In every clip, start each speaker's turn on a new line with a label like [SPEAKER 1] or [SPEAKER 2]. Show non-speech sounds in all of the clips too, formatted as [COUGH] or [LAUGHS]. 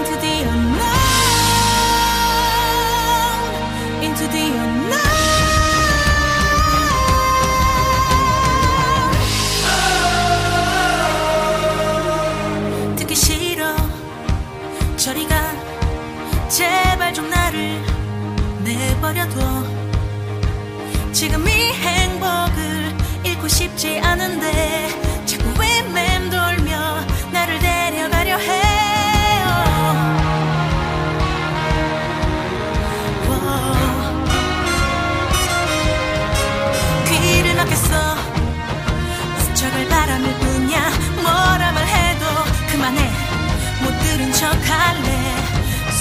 [SPEAKER 1] into the unknown, into the unknown. 듣기 싫어 저리가 제발 좀 나를 내버려둬 지금 이 행복을 잃고 싶지 않은데 자꾸 왜 맴돌며 나를 데려가려 해요 워. 귀를 막혔어 스쳐갈 바람일 뿐이야 뭐라 말해도 그만해 못 들은 척 할래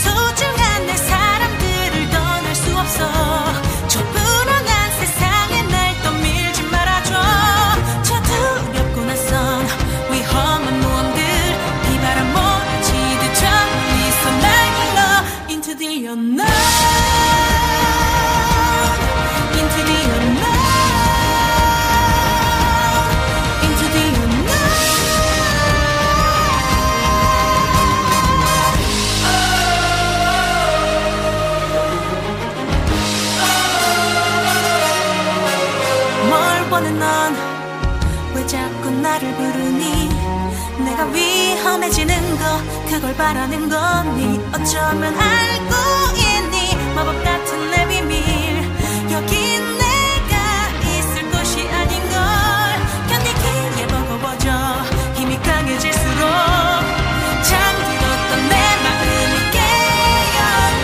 [SPEAKER 1] 소중한 내 사람들을 떠날 수 없어 저 불안한 세상에 날 떠밀지 말아줘 저 두렵고 낯선 위험한 무언들 비바람 몰치듯 저기서 날 불러 Into the unknown Into the unknown into the unknown. 뭘 보는 넌 왜 자꾸 나를 부르니 내가 위험해지는 거 그걸 바라는 거니 어쩌면 알고 있니 마법 같은 내 비밀 여긴 내가 있을 곳이 아닌걸 견디기에 버거워져 힘이 강해질수록 잠들었던 내 마음이 깨어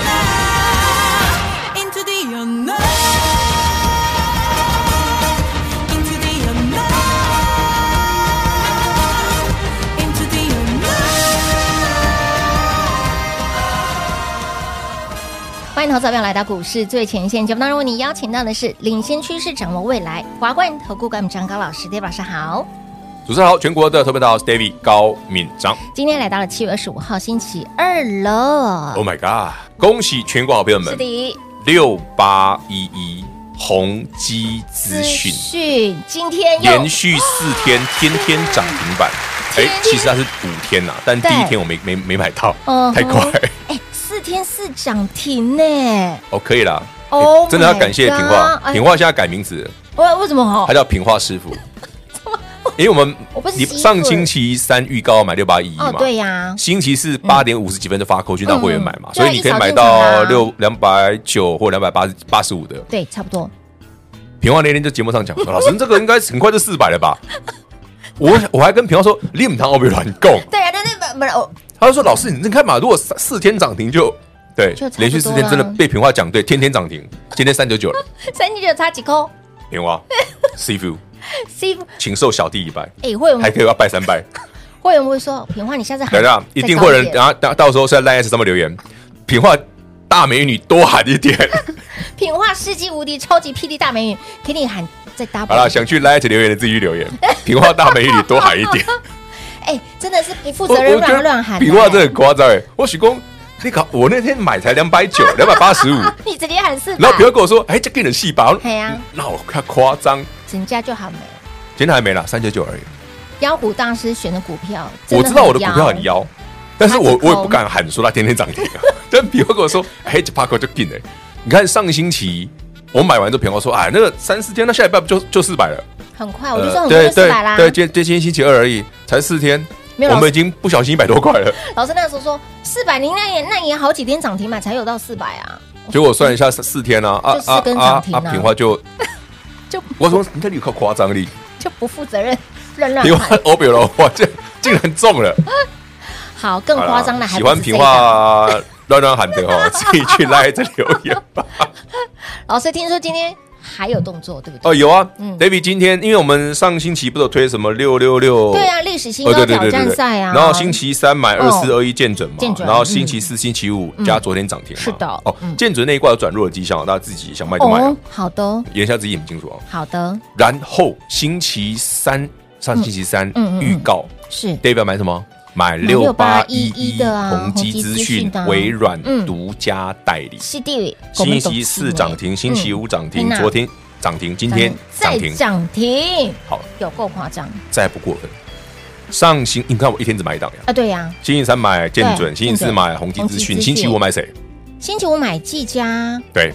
[SPEAKER 1] 나 Into the unknown into the unknown, into the unknown.
[SPEAKER 2] 欢迎投资者朋友来到股市最前线节目当中，为你邀请到的是领先趋势、掌握未来华冠投顾管理张高老师，David 老师好。
[SPEAKER 3] 主持人好，全国的特别大号 David 高敏章。
[SPEAKER 2] 今天来到了七月二十五号星期二了，
[SPEAKER 3] Oh my god！恭喜全国好朋友
[SPEAKER 2] 是
[SPEAKER 3] 们，
[SPEAKER 2] 的，
[SPEAKER 3] 六八一一宏基资
[SPEAKER 2] 资
[SPEAKER 3] 讯
[SPEAKER 2] 讯今天又
[SPEAKER 3] 连续四天，天天涨停板。哎
[SPEAKER 2] 天，天
[SPEAKER 3] 其实它是五天呐，但第一
[SPEAKER 2] 对
[SPEAKER 3] 天我没没没买到
[SPEAKER 2] 嗯，
[SPEAKER 3] 太快
[SPEAKER 2] 哼哎，四天四涨停呢，
[SPEAKER 3] 哦，可以啦。
[SPEAKER 2] Oh
[SPEAKER 3] 哎真的要感谢
[SPEAKER 2] my
[SPEAKER 3] 品化
[SPEAKER 2] god，哎
[SPEAKER 3] 品化现在改名字了，
[SPEAKER 2] 为为什么哈
[SPEAKER 3] 他？叫品化师傅。
[SPEAKER 2] [LAUGHS]
[SPEAKER 3] 因为我们
[SPEAKER 2] 我不是
[SPEAKER 3] 你
[SPEAKER 2] 习
[SPEAKER 3] 上
[SPEAKER 2] 惯
[SPEAKER 3] 星期三预告要买六八一一
[SPEAKER 2] 哦
[SPEAKER 3] 嘛，，
[SPEAKER 2] 对呀，
[SPEAKER 3] 星期四八点五十几分就发扣讯到会员买嘛，
[SPEAKER 2] 嗯
[SPEAKER 3] 所以你可以买到六两百九或两百八八十五的。
[SPEAKER 2] 对，差不多，
[SPEAKER 3] 平花那天就节目
[SPEAKER 2] [LAUGHS]
[SPEAKER 3] 上讲说，老师这个应该很快就四百了吧？ [LAUGHS] 我我还跟平花说，你们堂我被乱供，
[SPEAKER 2] 对呀，那那不不是哦，
[SPEAKER 3] 他就说老师你你看嘛，如果四四天涨停就对
[SPEAKER 2] 就差不多，
[SPEAKER 3] 连续四天
[SPEAKER 2] 啦
[SPEAKER 3] 真的被平花讲对，天天涨停，今天三九九了，
[SPEAKER 2] [LAUGHS] 三九九差几扣 [LAUGHS]
[SPEAKER 3] 平花师傅，
[SPEAKER 2] ，C
[SPEAKER 3] 请受小弟一拜，
[SPEAKER 2] 哎，会员
[SPEAKER 3] 还可以要拜三
[SPEAKER 2] [LAUGHS]
[SPEAKER 3] 拜。
[SPEAKER 2] 会员会说，平花，你下次
[SPEAKER 3] 等
[SPEAKER 2] 喊
[SPEAKER 3] 一下，一定会有人，啊然后到到时候在 Line S 上面留言，平花大美女多喊一点。
[SPEAKER 2] 品化世纪无敌超级霹雳大美女，给你喊再 double。
[SPEAKER 3] [LAUGHS] 好
[SPEAKER 2] [LAUGHS]
[SPEAKER 3] 了，想去 Line 留言的自己去留言。平话大美女多喊一点，
[SPEAKER 2] 哎，真的是不 [LAUGHS] 负责任，乱乱喊的。
[SPEAKER 3] 平话真的很夸张哎！我许工，你搞我那天买才两百九、两百八
[SPEAKER 2] [LAUGHS]
[SPEAKER 3] 十五，
[SPEAKER 2] 你直接喊四百
[SPEAKER 3] 然后，平话跟我说，哎，这给你戏吧
[SPEAKER 2] 嘿啊，
[SPEAKER 3] 那我看夸张，
[SPEAKER 2] 人家就好没。
[SPEAKER 3] 今天还没啦，三九九而已。
[SPEAKER 2] 妖股大师选的股票，真
[SPEAKER 3] 我知道我的股
[SPEAKER 2] 妖
[SPEAKER 3] 票很。妖，但是我
[SPEAKER 2] 他只
[SPEAKER 3] 我
[SPEAKER 2] 抠
[SPEAKER 3] 也不敢喊说它天天涨停啊。 [LAUGHS] 但平花跟我说，哎，这帕克就进哎。你看上星期我买完之后，平花说，哎，那个三四天，那下礼拜不就就四百了？
[SPEAKER 2] 很快，哦我就说
[SPEAKER 3] 呃
[SPEAKER 2] 很
[SPEAKER 3] 对
[SPEAKER 2] 快四
[SPEAKER 3] 对
[SPEAKER 2] 百啦。
[SPEAKER 3] 对，今今天星期二而已，才四天，
[SPEAKER 2] 没有
[SPEAKER 3] 我
[SPEAKER 2] 老
[SPEAKER 3] 们已
[SPEAKER 2] 师
[SPEAKER 3] 经不小心一百多块
[SPEAKER 2] [LAUGHS]
[SPEAKER 3] 了。
[SPEAKER 2] 老师那时候说四百，您那也那也好几天涨停嘛，才有到四百啊。
[SPEAKER 3] 结果我算一下四四天啊，啊
[SPEAKER 2] 就四根涨停啊
[SPEAKER 3] 品花就
[SPEAKER 2] [LAUGHS] 就
[SPEAKER 3] 我说你这里有个夸
[SPEAKER 2] [LAUGHS]
[SPEAKER 3] 张力，
[SPEAKER 2] 就不负责任，乱乱
[SPEAKER 3] 平花
[SPEAKER 2] 喊。
[SPEAKER 3] 欧比了，哇，这竟然中了，
[SPEAKER 2] 好，更夸张的还
[SPEAKER 3] 喜
[SPEAKER 2] 不
[SPEAKER 3] 欢
[SPEAKER 2] 是这
[SPEAKER 3] 平
[SPEAKER 2] 个。
[SPEAKER 3] 花啊
[SPEAKER 2] [LAUGHS]
[SPEAKER 3] 乱乱喊的哦，自己去来这留言吧。
[SPEAKER 2] 老师听说今天还有动作，对不对？
[SPEAKER 3] 哦，有啊、
[SPEAKER 2] 嗯
[SPEAKER 3] d a v i d 今天因为我们上星期不是有推什么六六六？
[SPEAKER 2] 对啊，历史新
[SPEAKER 3] 哦，
[SPEAKER 2] 高
[SPEAKER 3] 对对
[SPEAKER 2] 挑
[SPEAKER 3] 对对
[SPEAKER 2] 战
[SPEAKER 3] 对，
[SPEAKER 2] 赛啊，
[SPEAKER 3] 然后星期三买二
[SPEAKER 2] 哦
[SPEAKER 3] 四二一见准嘛，
[SPEAKER 2] 见准嗯
[SPEAKER 3] 然后星期四、星期五加昨天涨停嘛，
[SPEAKER 2] 是的
[SPEAKER 3] 哦
[SPEAKER 2] 嗯，
[SPEAKER 3] 见准那一卦有转弱的迹象哦，大家自己想卖就卖啊
[SPEAKER 2] 哦，，好的哦，
[SPEAKER 3] 眼下自己也很清楚啊。
[SPEAKER 2] 好的，
[SPEAKER 3] 然后星期三，上星期三
[SPEAKER 2] 嗯嗯嗯
[SPEAKER 3] 预告
[SPEAKER 2] 是
[SPEAKER 3] d a v i d 要买什么？
[SPEAKER 2] 买
[SPEAKER 3] 买六八一
[SPEAKER 2] 6811
[SPEAKER 3] 一
[SPEAKER 2] 的啊
[SPEAKER 3] 宏
[SPEAKER 2] 宏基
[SPEAKER 3] 基
[SPEAKER 2] 资
[SPEAKER 3] 资
[SPEAKER 2] 讯
[SPEAKER 3] 讯
[SPEAKER 2] 的啊
[SPEAKER 3] 微软
[SPEAKER 2] 嗯
[SPEAKER 3] 独家代理，
[SPEAKER 2] 是地，我
[SPEAKER 3] 星
[SPEAKER 2] 们懂
[SPEAKER 3] 期四
[SPEAKER 2] 行
[SPEAKER 3] 涨停，星期
[SPEAKER 2] 嗯
[SPEAKER 3] 五涨
[SPEAKER 2] 天
[SPEAKER 3] 停，
[SPEAKER 2] 哪
[SPEAKER 3] 昨天涨停，今天涨
[SPEAKER 2] 嗯再
[SPEAKER 3] 停，
[SPEAKER 2] 涨停，
[SPEAKER 3] 好，
[SPEAKER 2] 有够夸张
[SPEAKER 3] 再不过分。上星，你看我一天只买一档呀，
[SPEAKER 2] 啊！对呀，
[SPEAKER 3] 星期三买建准，
[SPEAKER 2] 对
[SPEAKER 3] 星期四买宏基
[SPEAKER 2] 宏基
[SPEAKER 3] 资讯，
[SPEAKER 2] 资
[SPEAKER 3] 星期
[SPEAKER 2] 讯
[SPEAKER 3] 五买谁？
[SPEAKER 2] 星期五买技嘉，
[SPEAKER 3] 对，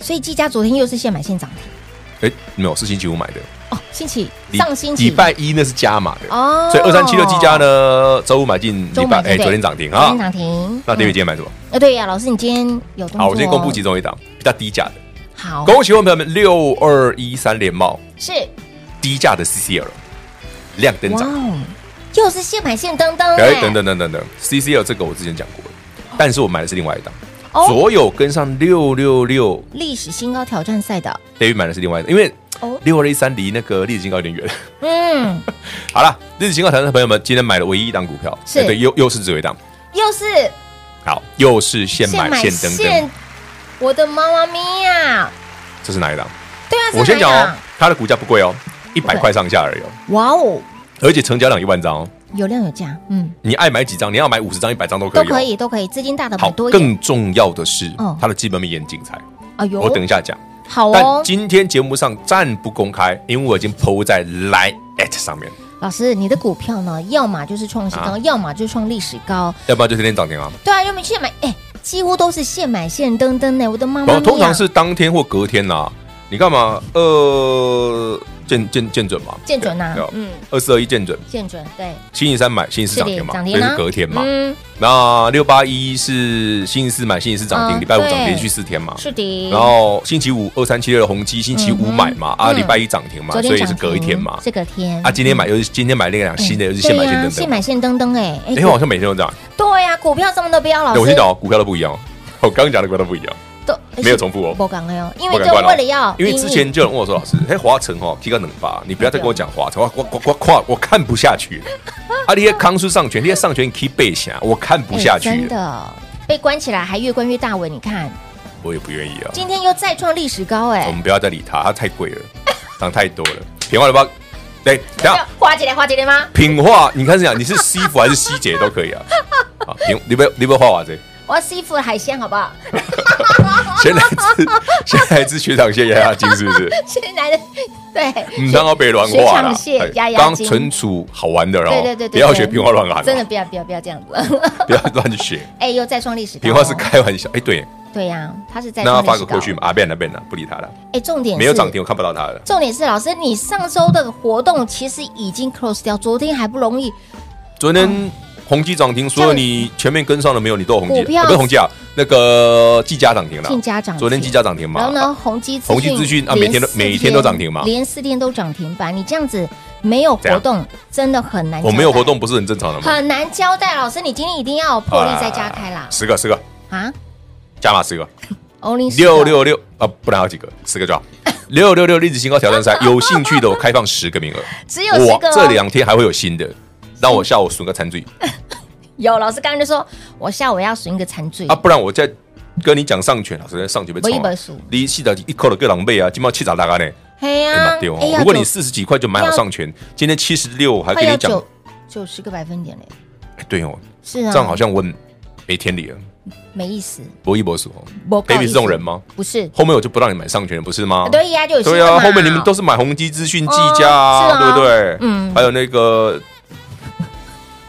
[SPEAKER 2] 所以技嘉昨天又是现买现涨停
[SPEAKER 3] 哎，没有，是星期五买的，
[SPEAKER 2] 哦。星期
[SPEAKER 3] 礼
[SPEAKER 2] 上星期
[SPEAKER 3] 礼拜一那是加码的，
[SPEAKER 2] 哦，
[SPEAKER 3] 所以二三七六技嘉呢，周五买进，
[SPEAKER 2] 周
[SPEAKER 3] 礼
[SPEAKER 2] 五
[SPEAKER 3] 拜
[SPEAKER 2] 买进
[SPEAKER 3] 哎
[SPEAKER 2] 对
[SPEAKER 3] 昨天涨停
[SPEAKER 2] 昨天
[SPEAKER 3] 啊。
[SPEAKER 2] 涨停。
[SPEAKER 3] 那 David 今
[SPEAKER 2] 姐，
[SPEAKER 3] 天买什么？
[SPEAKER 2] 啊对呀，老师你今天有动作哦
[SPEAKER 3] 好，我今天公布其中一档比较低价的，
[SPEAKER 2] 好
[SPEAKER 3] 恭喜我们朋友们六二一三连帽
[SPEAKER 2] 是
[SPEAKER 3] 低价的 CCL 亮灯
[SPEAKER 2] 哇
[SPEAKER 3] 涨，
[SPEAKER 2] 哦，又是现买现登登
[SPEAKER 3] 哎等等等等等，CCL 这个我之前讲过了，但是我买的是另外一档，
[SPEAKER 2] 哦，
[SPEAKER 3] 所有跟上六六六
[SPEAKER 2] 历史新高挑战赛的
[SPEAKER 3] ，David 买的是另外一档，因为
[SPEAKER 2] 哦，
[SPEAKER 3] 六二一三离那个历史新高有点远。
[SPEAKER 2] 嗯，
[SPEAKER 3] 好了，日子情况谈的朋友们，今天买了唯一一档股票，
[SPEAKER 2] 是
[SPEAKER 3] 哎对，又又是只有一档，
[SPEAKER 2] 又是
[SPEAKER 3] 好，又是现买现登登，
[SPEAKER 2] 我的妈妈咪呀！
[SPEAKER 3] 这是哪一档？
[SPEAKER 2] 对啊，
[SPEAKER 3] 我
[SPEAKER 2] 是
[SPEAKER 3] 先
[SPEAKER 2] 哪
[SPEAKER 3] 讲
[SPEAKER 2] 样
[SPEAKER 3] 哦，它的股价不贵哦，一百
[SPEAKER 2] 不贵
[SPEAKER 3] 块上下而已哦，
[SPEAKER 2] 哇哦，
[SPEAKER 3] 而且成交量一万张哦，
[SPEAKER 2] 有量有价，嗯，
[SPEAKER 3] 你爱买几张，你要买五十张、一百张都可以、
[SPEAKER 2] 都
[SPEAKER 3] 哦，
[SPEAKER 2] 可以，都可以，资金大的
[SPEAKER 3] 好
[SPEAKER 2] 买，多一点。
[SPEAKER 3] 更重要的是
[SPEAKER 2] 嗯，
[SPEAKER 3] 它的基本面也很精彩，
[SPEAKER 2] 哎呦，
[SPEAKER 3] 我等一下讲。
[SPEAKER 2] 好哦
[SPEAKER 3] 但，今天节目上暂不公开，因为我已经 PO 在 Line at 上面，
[SPEAKER 2] 老师，你的股票呢，要么就是创新高，
[SPEAKER 3] 啊
[SPEAKER 2] 要么就是创历史高。
[SPEAKER 3] 要不然就天天涨停啊。
[SPEAKER 2] 对啊，又没去买，哎，几乎都是现买现登登呢。我的妈妈
[SPEAKER 3] 然
[SPEAKER 2] 咪呀！
[SPEAKER 3] 后通常是当天或隔天啦、啊你干嘛？呃，见见见准嘛，
[SPEAKER 2] 见准呐
[SPEAKER 3] 对，对
[SPEAKER 2] 嗯，
[SPEAKER 3] 二四二一见准，
[SPEAKER 2] 见准对，
[SPEAKER 3] 星期三买，星期四
[SPEAKER 2] 是
[SPEAKER 3] 涨
[SPEAKER 2] 的
[SPEAKER 3] 停，嘛，
[SPEAKER 2] 涨
[SPEAKER 3] 所
[SPEAKER 2] 停
[SPEAKER 3] 以
[SPEAKER 2] 啊
[SPEAKER 3] 是隔天嘛。
[SPEAKER 2] 嗯，
[SPEAKER 3] 那六八一是星期四买，星期四涨停，
[SPEAKER 2] 嗯
[SPEAKER 3] 礼拜五涨
[SPEAKER 2] 对
[SPEAKER 3] 停，连续四天嘛。
[SPEAKER 2] 是的。
[SPEAKER 3] 啊然后星期五二三七六的宏基，星期五买嘛，
[SPEAKER 2] 嗯
[SPEAKER 3] 啊，
[SPEAKER 2] 嗯
[SPEAKER 3] 礼拜一涨停嘛，
[SPEAKER 2] 昨
[SPEAKER 3] 所
[SPEAKER 2] 天
[SPEAKER 3] 以
[SPEAKER 2] 涨
[SPEAKER 3] 是
[SPEAKER 2] 停
[SPEAKER 3] 隔一天嘛。
[SPEAKER 2] 是隔天嗯
[SPEAKER 3] 啊，今天买又是今天买那个两新的，又是现买现
[SPEAKER 2] 对呀
[SPEAKER 3] 登
[SPEAKER 2] 现
[SPEAKER 3] 登
[SPEAKER 2] 买
[SPEAKER 3] 嘛。
[SPEAKER 2] 现登登哎哎
[SPEAKER 3] 哎，我好像每天都这样。
[SPEAKER 2] 对呀，股票这么多标，老
[SPEAKER 3] 对，
[SPEAKER 2] 师
[SPEAKER 3] 我先讲哦，股票都不一样哦， [LAUGHS] 我刚刚讲的股票都不一样，
[SPEAKER 2] 都哎
[SPEAKER 3] 没有重复哦。
[SPEAKER 2] 不敢了哟，因为
[SPEAKER 3] 我
[SPEAKER 2] 就
[SPEAKER 3] 赶快
[SPEAKER 2] 为了要
[SPEAKER 3] 哦因为
[SPEAKER 2] 因
[SPEAKER 3] 之前就有人问我说：“老师，哎，华晨哦，提个能吧？你不要再跟我讲华晨，
[SPEAKER 2] 啊
[SPEAKER 3] 我我我我跨我看不下去了。啊，你些康叔上权，你些上权你 keep 背下，我看不下去
[SPEAKER 2] 哎真
[SPEAKER 3] 了，
[SPEAKER 2] 的被关起来还越关越大尾，你看
[SPEAKER 3] 我也不愿意啊。
[SPEAKER 2] 今天又再创历史高
[SPEAKER 3] 我
[SPEAKER 2] 哎，
[SPEAKER 3] 们不要再理他，他太贵了， [LAUGHS] 涨太多了。平话的吧，对，等一下
[SPEAKER 2] 花姐来花姐来吗？
[SPEAKER 3] 品话，你看是讲你是西服还是西姐都可以啊。啊，平，你不要你不要画我这，
[SPEAKER 2] 我要师傅的海鲜好不
[SPEAKER 3] [LAUGHS]
[SPEAKER 2] 好？
[SPEAKER 3] 先来自 [LAUGHS] 先来自学长先压压惊，是不是？
[SPEAKER 2] [LAUGHS] 现在的对，
[SPEAKER 3] 你刚刚被乱画了
[SPEAKER 2] 学长蟹，压
[SPEAKER 3] 哎
[SPEAKER 2] 压
[SPEAKER 3] 刚
[SPEAKER 2] 惊
[SPEAKER 3] 存储好玩的哦，
[SPEAKER 2] 对对对对，
[SPEAKER 3] 不要学
[SPEAKER 2] 对
[SPEAKER 3] 平话乱喊哦，
[SPEAKER 2] 真的不要不要不要这样子，
[SPEAKER 3] [LAUGHS]
[SPEAKER 2] [LAUGHS]
[SPEAKER 3] 不要乱学。
[SPEAKER 2] 哎，又再创历史高，
[SPEAKER 3] 平话是，开玩笑，哎，对，
[SPEAKER 2] 对呀，他是在
[SPEAKER 3] 那
[SPEAKER 2] 创
[SPEAKER 3] 要
[SPEAKER 2] 历
[SPEAKER 3] 发
[SPEAKER 2] 史
[SPEAKER 3] 个
[SPEAKER 2] 高
[SPEAKER 3] 过，去嘛，啊，变了变了，不理他了，
[SPEAKER 2] 哎，重点
[SPEAKER 3] 没有
[SPEAKER 2] 是
[SPEAKER 3] 涨停，我看不到他了。
[SPEAKER 2] 重点是老师，你上周的活动其实已经 close 掉，昨天还不容易，
[SPEAKER 3] 昨天宏基涨停，所有你前面跟上的没有，你都有宏基
[SPEAKER 2] 嗯股，票
[SPEAKER 3] 啊不是宏基啊，那个技嘉涨停了，
[SPEAKER 2] 进家长
[SPEAKER 3] 昨天技嘉涨停嘛，
[SPEAKER 2] 然后呢，
[SPEAKER 3] 啊
[SPEAKER 2] 宏基资
[SPEAKER 3] 宏基资讯啊每天都
[SPEAKER 2] 连四
[SPEAKER 3] 每天都涨停嘛
[SPEAKER 2] 连四天都涨停板，你这样子没有
[SPEAKER 3] 这
[SPEAKER 2] 活
[SPEAKER 3] 样
[SPEAKER 2] 动，真的很难交代。
[SPEAKER 3] 我哦没有活动不是很正常的吗？
[SPEAKER 2] 很难交代。老师，你今天一定要有魄力再加开啦
[SPEAKER 3] 啊十个十个
[SPEAKER 2] 啊
[SPEAKER 3] 加码十个，
[SPEAKER 2] ！Only
[SPEAKER 3] 六六六啊，不然还有几个，十个就好。六六六历史新高挑战赛，
[SPEAKER 2] [LAUGHS]
[SPEAKER 3] 有兴趣的我开放十个名额，
[SPEAKER 2] 只有十
[SPEAKER 3] 哇
[SPEAKER 2] 个哦
[SPEAKER 3] 这两天还会有新的，让我下午损个残醉
[SPEAKER 2] 有老师刚刚就说，我下午要选一个残醉
[SPEAKER 3] 啊，不然我再跟你讲上权，老师上权被
[SPEAKER 2] 没一
[SPEAKER 3] 冲
[SPEAKER 2] 本
[SPEAKER 3] 了
[SPEAKER 2] 书，
[SPEAKER 3] 你细的一扣了个狼狈啊，今毛气咋大家呢？
[SPEAKER 2] 嘿
[SPEAKER 3] 哎
[SPEAKER 2] 呀
[SPEAKER 3] 嘛对哦
[SPEAKER 2] 哎呀，
[SPEAKER 3] 如果你
[SPEAKER 2] 九
[SPEAKER 3] 四十几块就买好上权，今天七十六我还
[SPEAKER 2] 快
[SPEAKER 3] 跟
[SPEAKER 2] 要
[SPEAKER 3] 你讲，
[SPEAKER 2] 九九十个百分点嘞，
[SPEAKER 3] 哎对哦，
[SPEAKER 2] 是啊，
[SPEAKER 3] 这样好像我很没天理了，
[SPEAKER 2] 没意思。
[SPEAKER 3] 博弈博士哦
[SPEAKER 2] 不不好意
[SPEAKER 3] ，baby
[SPEAKER 2] 思
[SPEAKER 3] 是这种人吗？
[SPEAKER 2] 不是，
[SPEAKER 3] 后面我就不让你买上权了，不是吗？
[SPEAKER 2] 对呀，就有新
[SPEAKER 3] 对
[SPEAKER 2] 的
[SPEAKER 3] 啊，
[SPEAKER 2] 嘛
[SPEAKER 3] 后面你们都是买宏基资讯技嘉
[SPEAKER 2] 哦是啊
[SPEAKER 3] 啊，对不对？
[SPEAKER 2] 嗯
[SPEAKER 3] 还有那个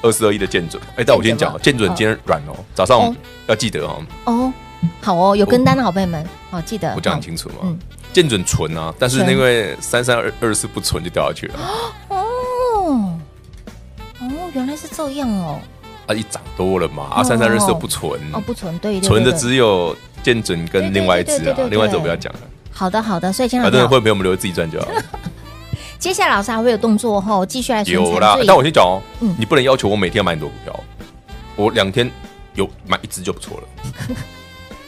[SPEAKER 3] 二四二一的建准，哎，但我先讲哦，
[SPEAKER 2] 建
[SPEAKER 3] 建
[SPEAKER 2] 准
[SPEAKER 3] 准
[SPEAKER 2] 吗
[SPEAKER 3] 今天软哦，早上我
[SPEAKER 2] 哦
[SPEAKER 3] 们要记得哦，
[SPEAKER 2] 哦，好哦，有跟单的好朋友们，好记得
[SPEAKER 3] 我讲
[SPEAKER 2] 好
[SPEAKER 3] 很清楚嘛
[SPEAKER 2] 嗯。
[SPEAKER 3] 建准存啊，但是
[SPEAKER 2] 存
[SPEAKER 3] 那个三三二二四不存就掉下去了
[SPEAKER 2] 哦，哦，原来是这样哦，
[SPEAKER 3] 啊，一涨多了嘛，
[SPEAKER 2] 哦
[SPEAKER 3] 啊，三三二四不存，
[SPEAKER 2] 哦，不存对，对对
[SPEAKER 3] 存的
[SPEAKER 2] 对
[SPEAKER 3] 只有建准
[SPEAKER 2] 对对
[SPEAKER 3] 跟
[SPEAKER 2] 嗯
[SPEAKER 3] 另外一
[SPEAKER 2] 对
[SPEAKER 3] 只
[SPEAKER 2] 对对
[SPEAKER 3] 啊
[SPEAKER 2] 对，
[SPEAKER 3] 另外一只我不要讲了，
[SPEAKER 2] 好的好的，所以千万
[SPEAKER 3] 反
[SPEAKER 2] 不
[SPEAKER 3] 正
[SPEAKER 2] 要。
[SPEAKER 3] 啊会陪我们留着自己赚就好。
[SPEAKER 2] 嗯接下来老师还啊会有动作后继续来选
[SPEAKER 3] 有
[SPEAKER 2] 产
[SPEAKER 3] 啦
[SPEAKER 2] 最，
[SPEAKER 3] 但我先讲哦
[SPEAKER 2] 嗯，
[SPEAKER 3] 你不能要求我每天要买很多股票，我两天有买一只就不错了。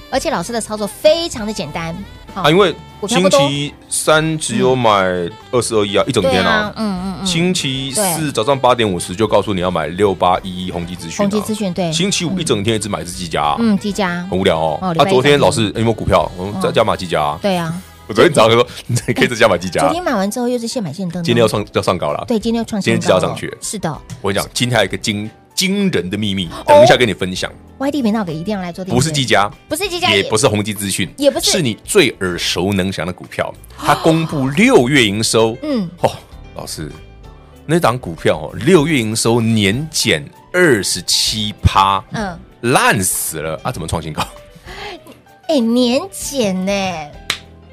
[SPEAKER 2] 而且老师的操作非常的简单，
[SPEAKER 3] 啊，因为
[SPEAKER 2] 哦股票不多
[SPEAKER 3] 星期三只有买二四二一啊，一整
[SPEAKER 2] 对
[SPEAKER 3] 天
[SPEAKER 2] 啊
[SPEAKER 3] 啊，。
[SPEAKER 2] 嗯嗯嗯，
[SPEAKER 3] 星期
[SPEAKER 2] 对
[SPEAKER 3] 四早上八点五十就告诉你要买六八一一宏基资讯，
[SPEAKER 2] 宏
[SPEAKER 3] 啊
[SPEAKER 2] 基资讯对嗯
[SPEAKER 3] 星期五一整天也只买这几家啊，
[SPEAKER 2] 嗯，技嘉，
[SPEAKER 3] 很无聊哦
[SPEAKER 2] 哦。礼拜
[SPEAKER 3] 啊，
[SPEAKER 2] 一
[SPEAKER 3] 昨天
[SPEAKER 2] 早
[SPEAKER 3] 老
[SPEAKER 2] 上
[SPEAKER 3] 师有没有股票？我们再加码几家啊。
[SPEAKER 2] 对啊，
[SPEAKER 3] [LAUGHS] 我昨天早上说， [LAUGHS] 你可以再加码几
[SPEAKER 2] 昨
[SPEAKER 3] 家。啊
[SPEAKER 2] 天买完之后又是现买现登，
[SPEAKER 3] 今天要，创要上高了，啊
[SPEAKER 2] 对，今天又创新
[SPEAKER 3] 今天技嘉
[SPEAKER 2] 高
[SPEAKER 3] 上
[SPEAKER 2] 了
[SPEAKER 3] 去
[SPEAKER 2] 是的
[SPEAKER 3] 我跟你讲，今天还有一个惊惊人的秘密，
[SPEAKER 2] 哦
[SPEAKER 3] 等一下跟你分享。
[SPEAKER 2] ，YD 频道给一定要来做订阅，
[SPEAKER 3] 不是技嘉，
[SPEAKER 2] 不是技嘉，
[SPEAKER 3] 也不是宏基资讯，
[SPEAKER 2] 也不是哦
[SPEAKER 3] 是你最耳熟能详的股票。它公布六月营收，
[SPEAKER 2] 嗯，
[SPEAKER 3] 哦，老师，那档股票哦，六月营收年减二十七趴，
[SPEAKER 2] 嗯，
[SPEAKER 3] 烂死了啊！怎么创新高？ [LAUGHS]
[SPEAKER 2] 哎，年检呢，
[SPEAKER 3] 啊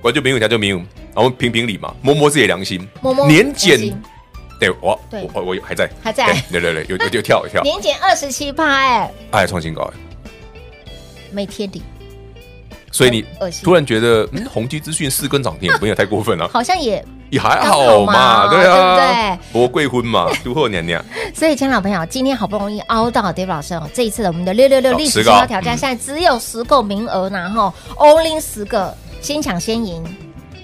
[SPEAKER 3] 我就没有，他就没有，然后评评理嘛，摸摸自己的良心，
[SPEAKER 2] 摸摸
[SPEAKER 3] 年
[SPEAKER 2] 良
[SPEAKER 3] 减
[SPEAKER 2] 心。
[SPEAKER 3] 对我，
[SPEAKER 2] 对
[SPEAKER 3] 我我我还在，哎
[SPEAKER 2] 还在
[SPEAKER 3] 对对对，对有有有跳有跳，
[SPEAKER 2] 年检二十七趴，哎，
[SPEAKER 3] 哎，创新高哎！
[SPEAKER 2] 没贴底，
[SPEAKER 3] 所以你
[SPEAKER 2] 恶心
[SPEAKER 3] 突然觉得，嗯，宏基资讯四根涨停，不也太
[SPEAKER 2] [LAUGHS]
[SPEAKER 3] 过分了，啊
[SPEAKER 2] 好像也
[SPEAKER 3] 也还
[SPEAKER 2] 刚好
[SPEAKER 3] 好嘛，
[SPEAKER 2] 嘛
[SPEAKER 3] 对啊
[SPEAKER 2] 对，
[SPEAKER 3] 我贵婚嘛，独后娘娘，
[SPEAKER 2] 所以，亲爱的朋友，今天好不容易熬到 David 老师哦，这一次的我们的六六六
[SPEAKER 3] 哦
[SPEAKER 2] 历史
[SPEAKER 3] 10
[SPEAKER 2] 新
[SPEAKER 3] 个
[SPEAKER 2] 高挑战，
[SPEAKER 3] 嗯
[SPEAKER 2] 现在只有十个名额呢，然后 only 十个，先抢先赢，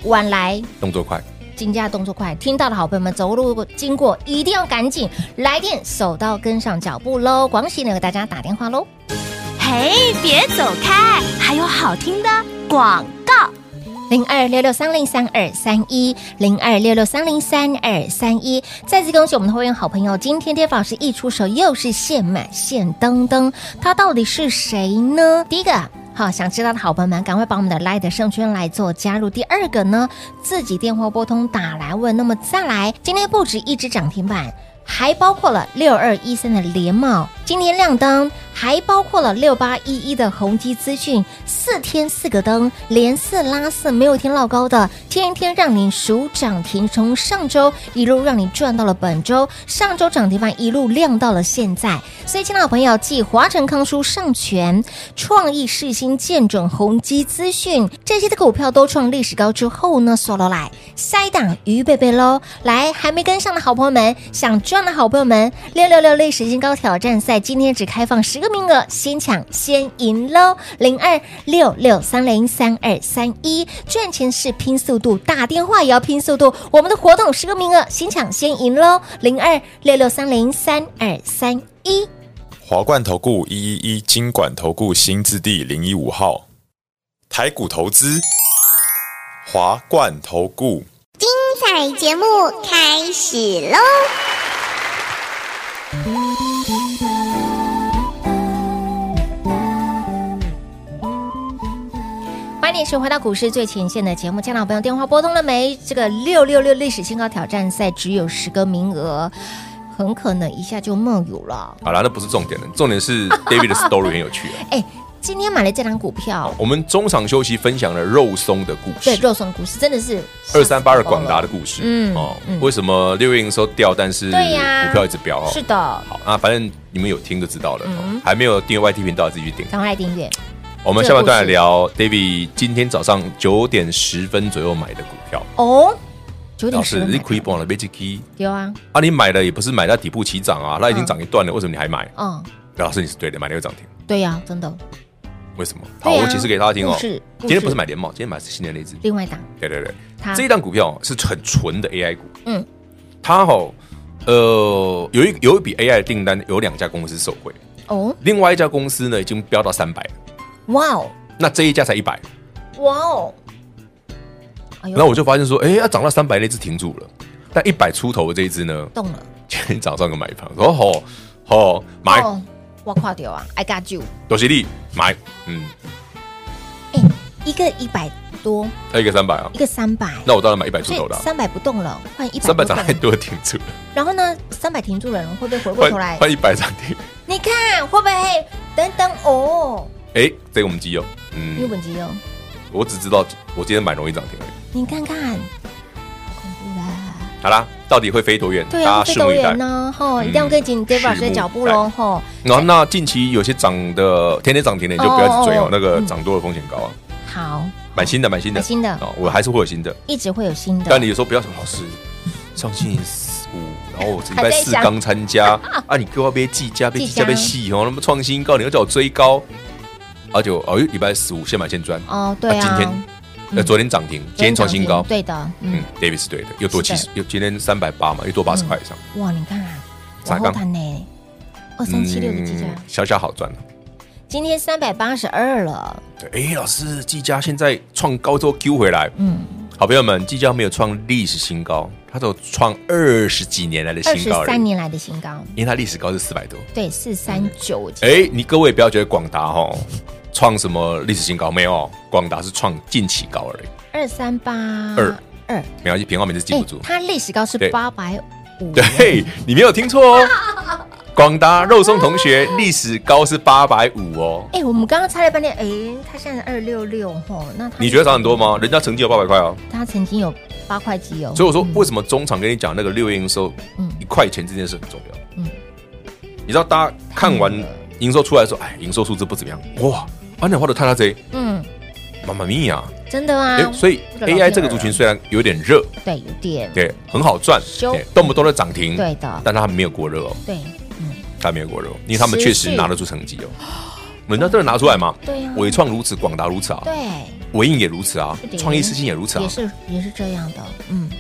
[SPEAKER 2] 晚来。
[SPEAKER 3] 动作快，
[SPEAKER 2] 竞价动作快，听到的好朋友们走路经过一定要赶紧来电，手到跟上脚步喽！广喜呢给大家打电话喽。
[SPEAKER 4] 嘿，别走开，还有好听的广告。
[SPEAKER 2] 零二六六三零三二三一，零二六六三零三二三一。再次恭喜我们的会员好朋友，今天 d a 老师一出手又是现买现登登，他到底是谁呢？第一个。好，想知道的好朋友们，赶快把我们的 Light 圣圈来做加入。第二个呢，自己电话拨通打来问。那么再来，今天不止一只涨停板，还包括了六二一三的联茂，今天亮灯，还包括了六八一一的宏基资讯，四天四个灯，连四拉四，没有一天落高的，天天让你数涨停，从上周一路让你赚到了本周，上周涨停板一路亮到了现在，所以亲爱的朋友，继华晨康舒、上全、创意、世新、建准、宏基资讯这些的股票都创历史高之后呢，索罗来下一档鱼贝贝喽，来还没跟上的好朋友们，想赚的好朋友们，六六六历史新高挑战赛今天只开放十个名额，先抢先赢喽，零二六六三零三二三一，赚钱是拼速度，打电话也要拼速度，我们的活动十个名额，先抢先赢喽，零二六六三零三二三一。
[SPEAKER 5] 华冠投顾一一一金管投顾新字第零一五号，台股投资，华冠投顾。
[SPEAKER 6] 彩节目开始喽！
[SPEAKER 2] 欢迎你收回到股市最前线的节目，家长朋友电话拨通了没？这个六六六历史新高挑战赛只有十个名额，很可能一下就梦游了。
[SPEAKER 3] 好啦，那不是重点了，重
[SPEAKER 2] [LAUGHS]
[SPEAKER 3] 点是 David 的 story 很有趣啊。
[SPEAKER 2] 哎，今天买了这档股票，
[SPEAKER 3] 我们中场休息分享了肉松的故
[SPEAKER 2] 对
[SPEAKER 3] 事，
[SPEAKER 2] 肉松股市真的是
[SPEAKER 3] 二三八二广达的故事。
[SPEAKER 2] 嗯
[SPEAKER 3] 哦
[SPEAKER 2] 嗯，
[SPEAKER 3] 为什么六月营收掉，但是
[SPEAKER 2] 对呀
[SPEAKER 3] 股票一直飙？哦
[SPEAKER 2] 是的，
[SPEAKER 3] 好啊，反正你们有听就知道了。
[SPEAKER 2] 嗯
[SPEAKER 3] 哦还没有订阅 YT 频道，自己去订。
[SPEAKER 2] 赶快来订阅。
[SPEAKER 3] 我们下半段来聊 David 今天早上九点十分左右买的股票。
[SPEAKER 2] 哦，九
[SPEAKER 3] 老
[SPEAKER 2] 点十
[SPEAKER 3] 师，
[SPEAKER 2] 分
[SPEAKER 3] 你
[SPEAKER 2] 买
[SPEAKER 3] 可以
[SPEAKER 2] 的，
[SPEAKER 3] 帮了 Magic Key
[SPEAKER 2] 有啊，
[SPEAKER 3] 啊？你买了也不是买到底部起涨啊，它已经涨一段了，为什么你还买？
[SPEAKER 2] 嗯，
[SPEAKER 3] 老师，你是对的，买了又涨停，
[SPEAKER 2] 对呀、真的。
[SPEAKER 3] 为什么？好，
[SPEAKER 2] 对啊
[SPEAKER 3] 我解释给大家听哦
[SPEAKER 2] 故事。故事
[SPEAKER 3] 今天不是买联茂，今天买的是新的那只。
[SPEAKER 2] 另外一档，
[SPEAKER 3] 对对对
[SPEAKER 2] 它，
[SPEAKER 3] 这一档股票是很纯的 AI 股。
[SPEAKER 2] 嗯，
[SPEAKER 3] 它哦，呃，有一有一笔 AI 的订单，有两家公司受惠，
[SPEAKER 2] 哦，
[SPEAKER 3] 另外一家公司呢已经飙到三百，
[SPEAKER 2] 哇哦，
[SPEAKER 3] 那这一家才一百，
[SPEAKER 2] 哇哦，哎
[SPEAKER 3] 然后我就发现说，哎，它涨到三百那只停住了，但一百出头的这一只呢， [LAUGHS]
[SPEAKER 2] 动了，
[SPEAKER 3] 今天早上个买盘，说吼吼买，
[SPEAKER 2] 哦，我跨掉啊，I got you，
[SPEAKER 3] 有实力买，嗯，
[SPEAKER 2] 哎，一个一百多，
[SPEAKER 3] 还有一个三百啊
[SPEAKER 2] 一，个三百。
[SPEAKER 3] 那我当然买一百出
[SPEAKER 2] 所
[SPEAKER 3] 头
[SPEAKER 2] 以
[SPEAKER 3] 的啊，
[SPEAKER 2] 三百不动了，换一百
[SPEAKER 3] 三百涨太多停住了，
[SPEAKER 2] 然后呢，三百停住了，然后会不会回过
[SPEAKER 3] 换
[SPEAKER 2] 头来？
[SPEAKER 3] 换一百涨停，
[SPEAKER 2] 你看会不会？等等哦，
[SPEAKER 3] 哎，这个我们基友，
[SPEAKER 2] 你有
[SPEAKER 3] 嗯，
[SPEAKER 2] 本机哦，
[SPEAKER 3] 我只知道我今天买容易涨停而已。
[SPEAKER 2] 你看看，好恐怖啦！
[SPEAKER 3] 好啦，到底会飞多远？
[SPEAKER 2] 对
[SPEAKER 3] 大
[SPEAKER 2] 啊，
[SPEAKER 3] 家
[SPEAKER 2] 飞
[SPEAKER 3] 拭目
[SPEAKER 2] 多
[SPEAKER 3] 以待
[SPEAKER 2] 远。呢？吼，
[SPEAKER 3] 嗯
[SPEAKER 2] 一定要跟紧 Dave 老师的脚步喽！吼，
[SPEAKER 3] 然后那近期有些涨的天天涨停的，你就不要去追
[SPEAKER 2] 哦哦哦
[SPEAKER 3] 哦，那个涨多了风险高啊。
[SPEAKER 2] 好，
[SPEAKER 3] 买新的，买新的，
[SPEAKER 2] 买新的
[SPEAKER 3] 哦，我还是会有新的。
[SPEAKER 2] 一直会有新
[SPEAKER 3] 但
[SPEAKER 2] 的
[SPEAKER 3] 你。有时候不要想，老师上星期四五，然后我这礼
[SPEAKER 2] 还
[SPEAKER 3] 拜
[SPEAKER 2] 在
[SPEAKER 3] 四
[SPEAKER 2] 想
[SPEAKER 3] 刚
[SPEAKER 2] [LAUGHS]
[SPEAKER 3] 参加啊，你给我被计价，被计
[SPEAKER 2] 计价
[SPEAKER 3] 价被戏哦，那么创啊新高，你又叫我追高，而且哦，礼拜十五先买先赚。
[SPEAKER 2] 哦，对
[SPEAKER 3] 那今
[SPEAKER 2] 啊
[SPEAKER 3] 天，呃，昨天涨停，今天创新高。
[SPEAKER 2] 对的，嗯
[SPEAKER 3] 嗯，，David 是对的，又多
[SPEAKER 2] 是
[SPEAKER 3] 七
[SPEAKER 2] 的
[SPEAKER 3] 十，又今天三百八嘛，又多八十块以上，
[SPEAKER 2] 哇，你看啊，
[SPEAKER 3] 嗯啥嗯
[SPEAKER 2] 往后
[SPEAKER 3] 刚
[SPEAKER 2] 盘呢，二三七嗯六的计价，
[SPEAKER 3] 小小好赚了。啊
[SPEAKER 2] 今天三百八十二了，
[SPEAKER 3] 对，哎，老师，技嘉现在创高之后 Q 回来，
[SPEAKER 2] 嗯，
[SPEAKER 3] 好朋友们，技嘉没有创历史新高，它只有创二十几年来的
[SPEAKER 2] 二
[SPEAKER 3] 新
[SPEAKER 2] 十
[SPEAKER 3] 高而
[SPEAKER 2] 三
[SPEAKER 3] 已，
[SPEAKER 2] 年来的新高，
[SPEAKER 3] 因为它历史高是四百多。
[SPEAKER 2] 对，四三九，我记得
[SPEAKER 3] 哎，你各位不要觉得广达哈创什么历史新高没有，广达是创近期高而已，
[SPEAKER 2] 二三八
[SPEAKER 3] 二
[SPEAKER 2] 二，
[SPEAKER 3] 没关系，平花每次记不住。
[SPEAKER 2] 它历史高是
[SPEAKER 3] 对
[SPEAKER 2] 八百五，
[SPEAKER 3] 对，你没有听错哦，广达肉松同学历史高是八百五哦。
[SPEAKER 2] 哎，我们刚刚猜了半天，哎，它现在二六六吼，那它
[SPEAKER 3] 你觉得涨很多吗？人家曾经有八百块哦，
[SPEAKER 2] 它曾经有八块几哦，
[SPEAKER 3] 所以我说为什么中场跟你讲那个六月营收
[SPEAKER 2] 嗯
[SPEAKER 3] 一块钱这件事很重要。
[SPEAKER 2] 嗯
[SPEAKER 3] 你知道大家看完营收出来说，哎，营收数字不怎么样，哇，啊，那花的太大贼，
[SPEAKER 2] 嗯，
[SPEAKER 3] 妈妈咪呀！
[SPEAKER 2] 真的
[SPEAKER 3] 哎
[SPEAKER 2] 啊，，
[SPEAKER 3] 所以
[SPEAKER 2] 这个老
[SPEAKER 3] AI
[SPEAKER 2] 天
[SPEAKER 3] 这个
[SPEAKER 2] 鹅
[SPEAKER 3] 族群虽然有点热，
[SPEAKER 2] 对有点
[SPEAKER 3] 对，很好赚，
[SPEAKER 2] 修
[SPEAKER 3] 对，动不动的涨停，
[SPEAKER 2] 对的
[SPEAKER 3] 但它没有过热哦，
[SPEAKER 2] 对，嗯，
[SPEAKER 3] 它没有过热哦，因为他们确实
[SPEAKER 2] 持续
[SPEAKER 3] 拿得出成绩哦。人家真的拿出来嘛？
[SPEAKER 2] 对啊
[SPEAKER 3] 伟创如此，广达如此啊，
[SPEAKER 2] 对。
[SPEAKER 3] 伟影也如此啊
[SPEAKER 2] 是的，
[SPEAKER 3] 创意事情也如此啊
[SPEAKER 2] 也。是也是这样的，嗯。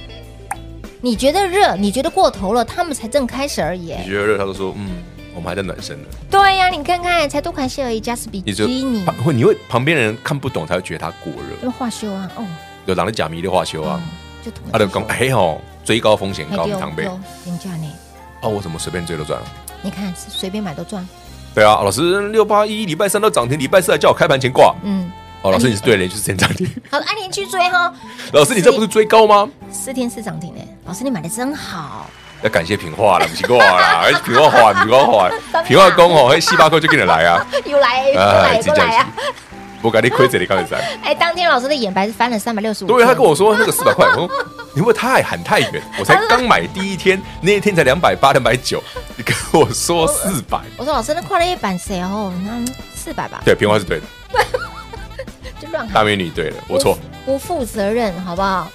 [SPEAKER 2] 你觉得热，你觉得过头了，他们才正开始而已。
[SPEAKER 3] 你觉得热，他就说，嗯，我们还在暖身呢。
[SPEAKER 2] 对呀、你看看，才多款式而已，加斯比
[SPEAKER 3] 你就
[SPEAKER 2] 基尼，
[SPEAKER 3] 旁会你会旁边人看不懂，才会觉得它过热。
[SPEAKER 2] 用化修啊，哦，嗯
[SPEAKER 3] 有人的假迷的话修啊，
[SPEAKER 2] 就同
[SPEAKER 3] 他就讲，哎吼，追高风险高，
[SPEAKER 2] 哎丢
[SPEAKER 3] 糖贝
[SPEAKER 2] 丢人家呢，
[SPEAKER 3] 哦，我怎么随便追都赚了？
[SPEAKER 2] 你看随便买都赚，
[SPEAKER 3] 对啊，老师六八一礼拜三都涨停，礼拜四还叫我开盘前挂。
[SPEAKER 2] 嗯。
[SPEAKER 3] 哦，老师你是对的，你就是先涨停。
[SPEAKER 2] 好了，按你去追哈，
[SPEAKER 3] 老师你这不是追高吗？
[SPEAKER 2] 四天四涨停呢。老师，你买的真好，
[SPEAKER 3] 要感谢平化啦，不是我啦， [LAUGHS] 哎，平化化，平化
[SPEAKER 2] [LAUGHS]
[SPEAKER 3] 化，平化公哦，哎，四百块就给你来啊，哎
[SPEAKER 2] 又来又来又来啊！
[SPEAKER 3] 我给你亏这里刚才。
[SPEAKER 2] 哎，当天老师的眼白是翻了三百六十五。
[SPEAKER 3] 对，他跟我说那个四
[SPEAKER 2] [LAUGHS]
[SPEAKER 3] 百块，我说你会不会太喊太远？我才刚买第一天，那一天才两百八、两百九，你跟我说四
[SPEAKER 2] [LAUGHS]
[SPEAKER 3] 百，
[SPEAKER 2] 我说老师，那快乐一版谁哦？那四百吧，
[SPEAKER 3] 对，平花是对的，
[SPEAKER 2] 就乱喊。
[SPEAKER 3] 大美女对的，我错。
[SPEAKER 2] 不负责任，好不好？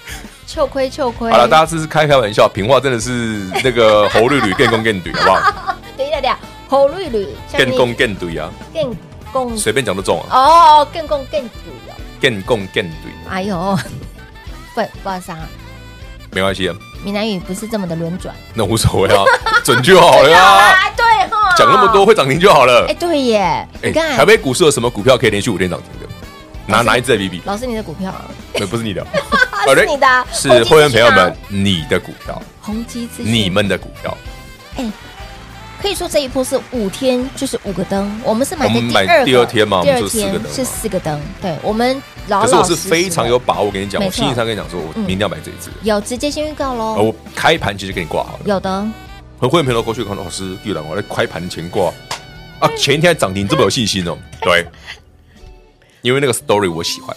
[SPEAKER 2] 臭亏臭亏。
[SPEAKER 3] 好了，大家这是开开玩笑，平话真的是那个侯绿绿更攻更怼，好不
[SPEAKER 2] [LAUGHS]
[SPEAKER 3] 好？
[SPEAKER 2] 等一下，等一下，侯绿绿
[SPEAKER 3] 更攻更怼啊，
[SPEAKER 2] 更共
[SPEAKER 3] 随便讲都中啊，
[SPEAKER 2] 哦，更共更主哦。
[SPEAKER 3] 更攻更怼，
[SPEAKER 2] 哎呦，不不好意思啊，
[SPEAKER 3] 没关系啊，
[SPEAKER 2] 闽南语不是这么的轮转。
[SPEAKER 3] 那无所谓
[SPEAKER 2] [LAUGHS]
[SPEAKER 3] 啊，准就好了啊，
[SPEAKER 2] 啊，对哈，
[SPEAKER 3] 讲那么多。会涨停就好了
[SPEAKER 2] 哎，。对耶，
[SPEAKER 3] 哎，
[SPEAKER 2] 你
[SPEAKER 3] 台
[SPEAKER 2] 看，
[SPEAKER 3] 北股市有什么股票可以连续五天涨停的？拿拿一支来比比，
[SPEAKER 2] 老师你的股票
[SPEAKER 3] 那不
[SPEAKER 2] [LAUGHS]
[SPEAKER 3] 是你的，
[SPEAKER 2] 是你的啊，
[SPEAKER 3] 啊是
[SPEAKER 2] 宏基
[SPEAKER 3] 会员朋
[SPEAKER 2] 资
[SPEAKER 3] 友
[SPEAKER 2] 讯
[SPEAKER 3] 们
[SPEAKER 2] 啊，
[SPEAKER 3] 你的股票，
[SPEAKER 2] 宏基资讯
[SPEAKER 3] 你们的股票，
[SPEAKER 2] 可以说这一波是五天，就是五个灯，我们是买
[SPEAKER 3] 我
[SPEAKER 2] 在
[SPEAKER 3] 们
[SPEAKER 2] 第
[SPEAKER 3] 买
[SPEAKER 2] 二个
[SPEAKER 3] 第二天嘛我
[SPEAKER 2] 第
[SPEAKER 3] 们
[SPEAKER 2] 二
[SPEAKER 3] 说四个
[SPEAKER 2] 天
[SPEAKER 3] 灯
[SPEAKER 2] 是
[SPEAKER 3] 嘛
[SPEAKER 2] 四个灯，对我们老
[SPEAKER 3] 可是我
[SPEAKER 2] 老
[SPEAKER 3] 是
[SPEAKER 2] 实实
[SPEAKER 3] 非常
[SPEAKER 2] 的
[SPEAKER 3] 有把握跟你讲，
[SPEAKER 2] 没
[SPEAKER 3] 我
[SPEAKER 2] 错
[SPEAKER 3] 心里上跟你讲说，我
[SPEAKER 2] 嗯
[SPEAKER 3] 明天要买这一支，
[SPEAKER 2] 有直接先预告
[SPEAKER 3] 而
[SPEAKER 2] 喽，
[SPEAKER 3] 哦我开盘其实给你挂好了。
[SPEAKER 2] 有的。
[SPEAKER 3] 很会朋友过去看，老师又来我在开盘前挂啊，
[SPEAKER 2] 嗯
[SPEAKER 3] 前一天还涨停，这么有信心哦？ [LAUGHS] 对，因为那个 story 我喜欢，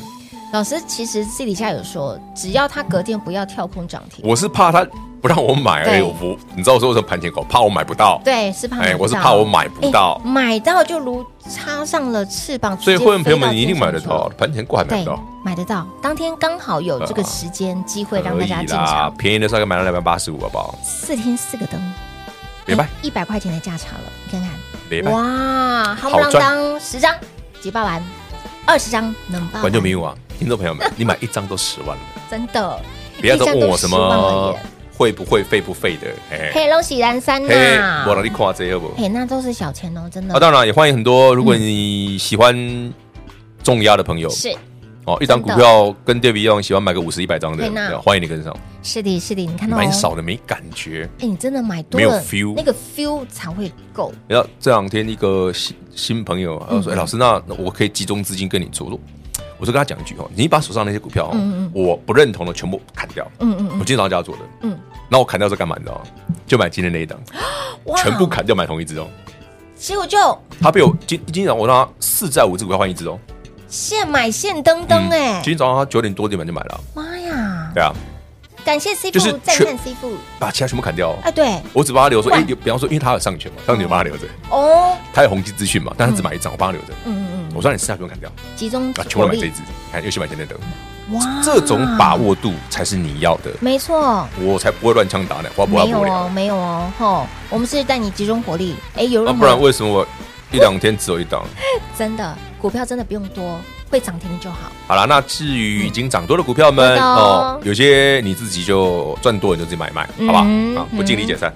[SPEAKER 2] 老师其实私底下有说，只要他隔天不要跳空涨停，
[SPEAKER 3] 我是怕他不让我买而已，
[SPEAKER 2] 对
[SPEAKER 3] 我不，你知道我说为什么盘前挂，怕我买不到，
[SPEAKER 2] 对，是怕买不到
[SPEAKER 3] 哎我是怕我买不到
[SPEAKER 2] 哎买到就如插上了翅膀，
[SPEAKER 3] 所以
[SPEAKER 2] 直接
[SPEAKER 3] 会员朋友
[SPEAKER 2] 飞
[SPEAKER 3] 们你一定
[SPEAKER 2] 天上
[SPEAKER 3] 买得到，啊盘前挂还
[SPEAKER 2] 去
[SPEAKER 3] 买
[SPEAKER 2] 了，
[SPEAKER 3] 不
[SPEAKER 2] 对
[SPEAKER 3] 到。，
[SPEAKER 2] 买得到，当天刚好有这个时间机会让
[SPEAKER 3] 可
[SPEAKER 2] 大
[SPEAKER 3] 以
[SPEAKER 2] 家进
[SPEAKER 3] 啦
[SPEAKER 2] 场，，
[SPEAKER 3] 便宜的时候给买到两百八十五，好不好？
[SPEAKER 2] 四天四个灯，哎
[SPEAKER 3] 别拜，
[SPEAKER 2] 一百块钱的价差了，你看看，
[SPEAKER 3] 别拜，
[SPEAKER 2] 哇，夯不啷当十张即爆完，二十张能爆完，
[SPEAKER 3] 管就没有啊！听众朋友们，你买一张都十万了， [LAUGHS]
[SPEAKER 2] 真的，
[SPEAKER 3] 不要再
[SPEAKER 2] 一张
[SPEAKER 3] 问
[SPEAKER 2] 都
[SPEAKER 3] 我什
[SPEAKER 2] 10万而
[SPEAKER 3] 么
[SPEAKER 2] 已
[SPEAKER 3] 会不会费不费的，哎
[SPEAKER 2] 嘿，龙喜然三
[SPEAKER 3] 嘿
[SPEAKER 2] 呐，，
[SPEAKER 3] 我让你看这好不好？
[SPEAKER 2] 嘿，那都是小钱哦，真的
[SPEAKER 3] 啊，。当然也欢迎很多，如果你喜欢重压的朋友，
[SPEAKER 2] 是
[SPEAKER 3] 哦，一张股票跟 David 一样喜欢买个五十一百张的，
[SPEAKER 2] 对呐
[SPEAKER 3] 对欢迎你跟上，
[SPEAKER 2] 是的，是的，你看到哦
[SPEAKER 3] 蛮少的没感觉。
[SPEAKER 2] 哎、你真的买多
[SPEAKER 3] 没有
[SPEAKER 2] 了
[SPEAKER 3] feel
[SPEAKER 2] 那个 feel 才会够。
[SPEAKER 3] 然后这两天一个新新朋友，他
[SPEAKER 2] 嗯
[SPEAKER 3] 说：“哎，老师，那那我可以集中资金跟你做。”我说我就跟他讲一句哦，你把手上那些股票哦
[SPEAKER 2] 嗯嗯嗯，
[SPEAKER 3] 我不认同的全部砍掉。
[SPEAKER 2] 嗯嗯
[SPEAKER 3] 我今天早上叫他做的，
[SPEAKER 2] 嗯，
[SPEAKER 3] 那我砍掉是干嘛？你知道吗？就买今天那一档，
[SPEAKER 2] 哇
[SPEAKER 3] 全部砍掉买同一只哦。
[SPEAKER 2] 结果就
[SPEAKER 3] 他被我今今天早上我让他四在五只股票换一只哦。
[SPEAKER 2] 现买现登登哎、
[SPEAKER 3] 嗯今天早上他九点多点半就买了，哦
[SPEAKER 2] 妈呀！
[SPEAKER 3] 对啊，
[SPEAKER 2] 感谢 C
[SPEAKER 3] 就
[SPEAKER 2] 父
[SPEAKER 3] 是
[SPEAKER 2] 赞
[SPEAKER 3] 全
[SPEAKER 2] 叹 C 父，
[SPEAKER 3] 把其他全部砍掉哦。
[SPEAKER 2] 哎、对
[SPEAKER 3] 我只帮他留说，
[SPEAKER 2] 哇嗯
[SPEAKER 3] 哎，有比方说，因为他有上权嘛，上权帮他留着，
[SPEAKER 2] 哦，
[SPEAKER 3] 他有宏基资讯嘛，但他只买一张，我帮他留着。
[SPEAKER 2] 嗯嗯
[SPEAKER 3] 我说你剩下不用砍掉，
[SPEAKER 2] 嗯，集中
[SPEAKER 3] 啊，全部
[SPEAKER 2] 火
[SPEAKER 3] 哦买这一
[SPEAKER 2] 力，
[SPEAKER 3] 只，你看又去买天天灯，
[SPEAKER 2] 哇
[SPEAKER 3] 这种把握度才是你要的，
[SPEAKER 2] 没错。
[SPEAKER 3] 我才不会乱枪打鸟，我不
[SPEAKER 2] 没
[SPEAKER 3] 会
[SPEAKER 2] 有
[SPEAKER 3] 啊不会
[SPEAKER 2] 哦，没有哦，吼！我们是带你集中火力，哎，有
[SPEAKER 3] 啊，
[SPEAKER 2] 任
[SPEAKER 3] 不
[SPEAKER 2] 何、
[SPEAKER 3] 然为什么我一两天只有一档？
[SPEAKER 2] 真的股票真的不用多，会涨停的就好。
[SPEAKER 3] 好啦，那至于已经涨多的股票
[SPEAKER 2] 嗯
[SPEAKER 3] 们
[SPEAKER 2] 对的哦
[SPEAKER 3] 哦，有些你自己就赚多你就自己买卖，好吧？
[SPEAKER 2] 嗯
[SPEAKER 3] 啊，不尽力解散。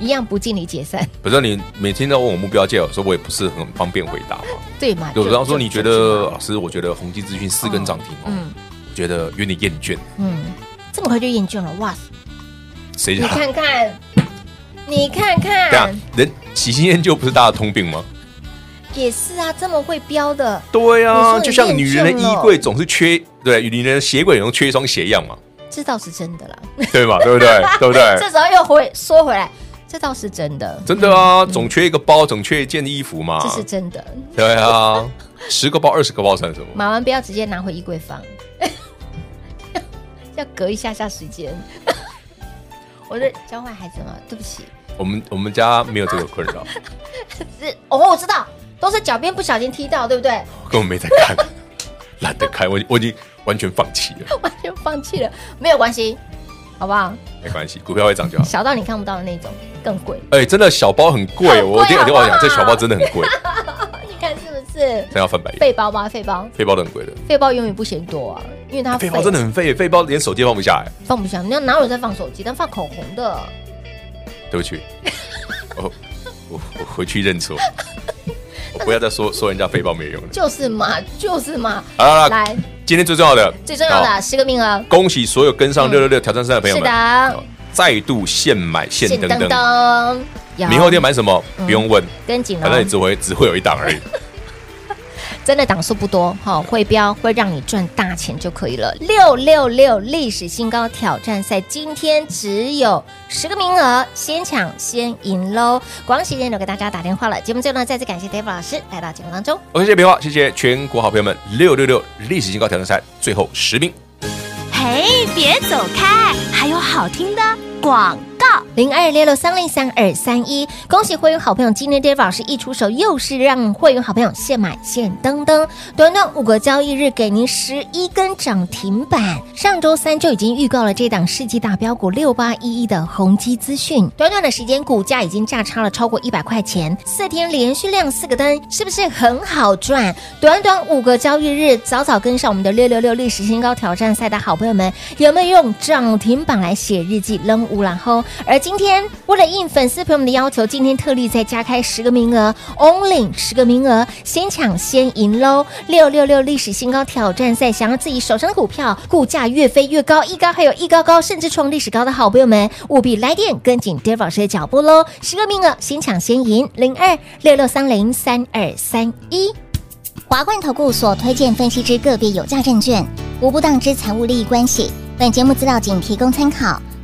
[SPEAKER 2] 一样不尽力解散， [LAUGHS]
[SPEAKER 3] 不是你每天都问我目标价，有时候我也不是很方便回答嘛。
[SPEAKER 2] 对嘛？
[SPEAKER 3] 有
[SPEAKER 2] 就
[SPEAKER 3] 时候说
[SPEAKER 2] 就
[SPEAKER 3] 你觉
[SPEAKER 2] 就
[SPEAKER 3] 得
[SPEAKER 2] 是嘛
[SPEAKER 3] 老师，我觉得宏基资讯四根涨停哦，
[SPEAKER 2] 嗯
[SPEAKER 3] 我觉得有点厌倦，
[SPEAKER 2] 嗯，这么快就厌倦了
[SPEAKER 3] [LAUGHS]
[SPEAKER 2] 哇塞！
[SPEAKER 3] 谁啊
[SPEAKER 2] 你
[SPEAKER 3] 讲？
[SPEAKER 2] 看看，你看
[SPEAKER 3] 对啊
[SPEAKER 2] 看，，
[SPEAKER 3] 人喜新厌旧不是大家的通病吗？
[SPEAKER 2] 也是啊，这么会标的，
[SPEAKER 3] 对
[SPEAKER 2] 你说
[SPEAKER 3] 啊，
[SPEAKER 2] 你
[SPEAKER 3] 就像女人的
[SPEAKER 2] 厌倦了
[SPEAKER 3] 衣柜总是缺，对，女人的鞋柜总缺一双鞋一样嘛， [LAUGHS]
[SPEAKER 2] 这倒是真的啦。
[SPEAKER 3] 对嘛，
[SPEAKER 2] [LAUGHS]
[SPEAKER 3] 对不对？哎对不
[SPEAKER 2] 这
[SPEAKER 3] 对？
[SPEAKER 2] 时候又回说回来，这倒是真的，
[SPEAKER 3] 真的啊，总缺一个包，总缺一件衣服嘛
[SPEAKER 2] 这，是真的。
[SPEAKER 3] 对啊，十个包、二十个包算什么？
[SPEAKER 2] 买完不要直接拿回衣柜放， [LAUGHS] 要隔一下下时间。 [LAUGHS] 我的教坏孩子嘛，对不起，
[SPEAKER 3] 我们我们家没有这个困
[SPEAKER 2] [LAUGHS]
[SPEAKER 3] 扰，
[SPEAKER 2] 是哦，我知道，都是脚边不小心踢到，对不对？ [LAUGHS]
[SPEAKER 3] 我根本没在看，懒得看，我我已经完全放弃了，
[SPEAKER 2] 完全放弃了，没有关系，好不好？
[SPEAKER 3] 没关系，股票会涨就好。
[SPEAKER 2] 小到你看不到的那种更贵，
[SPEAKER 3] 哎、真的小包很贵，
[SPEAKER 2] 很贵啊
[SPEAKER 3] 我听我
[SPEAKER 2] 好
[SPEAKER 3] 听
[SPEAKER 2] 不好
[SPEAKER 3] 我讲，这小包真的很贵，
[SPEAKER 2] 你看是不是？
[SPEAKER 3] 真要翻白眼。
[SPEAKER 2] 废包吧，废包，
[SPEAKER 3] 背包都很贵的，
[SPEAKER 2] 废包永远不嫌多啊，因为它
[SPEAKER 3] 哎背
[SPEAKER 2] 废
[SPEAKER 3] 包真的很废，背包连手机都放不下哎。
[SPEAKER 2] 放不下，那哪有在放手机，但放口红的。
[SPEAKER 3] 对不起， [LAUGHS] 我我我回去认错， [LAUGHS] 我不要再说说人家背包没用了。
[SPEAKER 2] 就是嘛，就是嘛。
[SPEAKER 3] 好啦好啦
[SPEAKER 2] 来，
[SPEAKER 3] 今天最重要的，
[SPEAKER 2] 最重要
[SPEAKER 3] 啊好
[SPEAKER 2] 的，十个名额，
[SPEAKER 3] 恭喜所有跟上六六六挑战赛的朋友
[SPEAKER 2] 是
[SPEAKER 3] 们，
[SPEAKER 2] 的
[SPEAKER 3] 好，再度现买现登登。
[SPEAKER 2] 噔，有
[SPEAKER 3] 明后天买什么
[SPEAKER 2] 嗯
[SPEAKER 3] 不用问，
[SPEAKER 2] 跟紧
[SPEAKER 3] 反正
[SPEAKER 2] 哦
[SPEAKER 3] 你，只会只会有一档
[SPEAKER 2] [LAUGHS]
[SPEAKER 3] 而已。
[SPEAKER 2] 真的档数不多，哈，会标会让你赚大钱就可以了。六六六历史新高挑战赛今天只有十个名额，先抢先赢喽！广喜今天有给大家打电话了，节目最后呢，再次感谢 David 老师来到节目当中。
[SPEAKER 3] OK，谢谢平话，谢谢全国好朋友们，六六六历史新高挑战赛最后十名。
[SPEAKER 4] 嘿，别走开，还有好听的广告。
[SPEAKER 2] 零二六六三零三二三一。恭喜会员好朋友，今天 David 老师一出手，又是让会员好朋友现买现登登，短短五个交易日给您十一根涨停板。上周三就已经预告了这档世纪大标股六八一一的宏基资讯，短短的时间股价已经价差了超过一百块钱，四天连续亮四个灯，是不是很好赚？短短五个交易日，早早跟上我们的六六六历史新高挑战赛的好朋友们，有没有用涨停板来写日记扔乌然后？而今天为了应粉丝朋友们的要求，今天特例再加开十个名额，only 十个名额，先抢先赢喽！六六六历史新高挑战赛，想让自己手上的股票股价越飞越高，一高还有一高高，甚至创历史高的好朋友们，务必来电跟紧 d a v i 老师的脚步喽！十个名额，先抢先赢，零二六六三零三二三一。
[SPEAKER 6] 华冠投顾所推荐分析之个别有价证券，无不当之财务利益关系。本节目资料仅提供参考，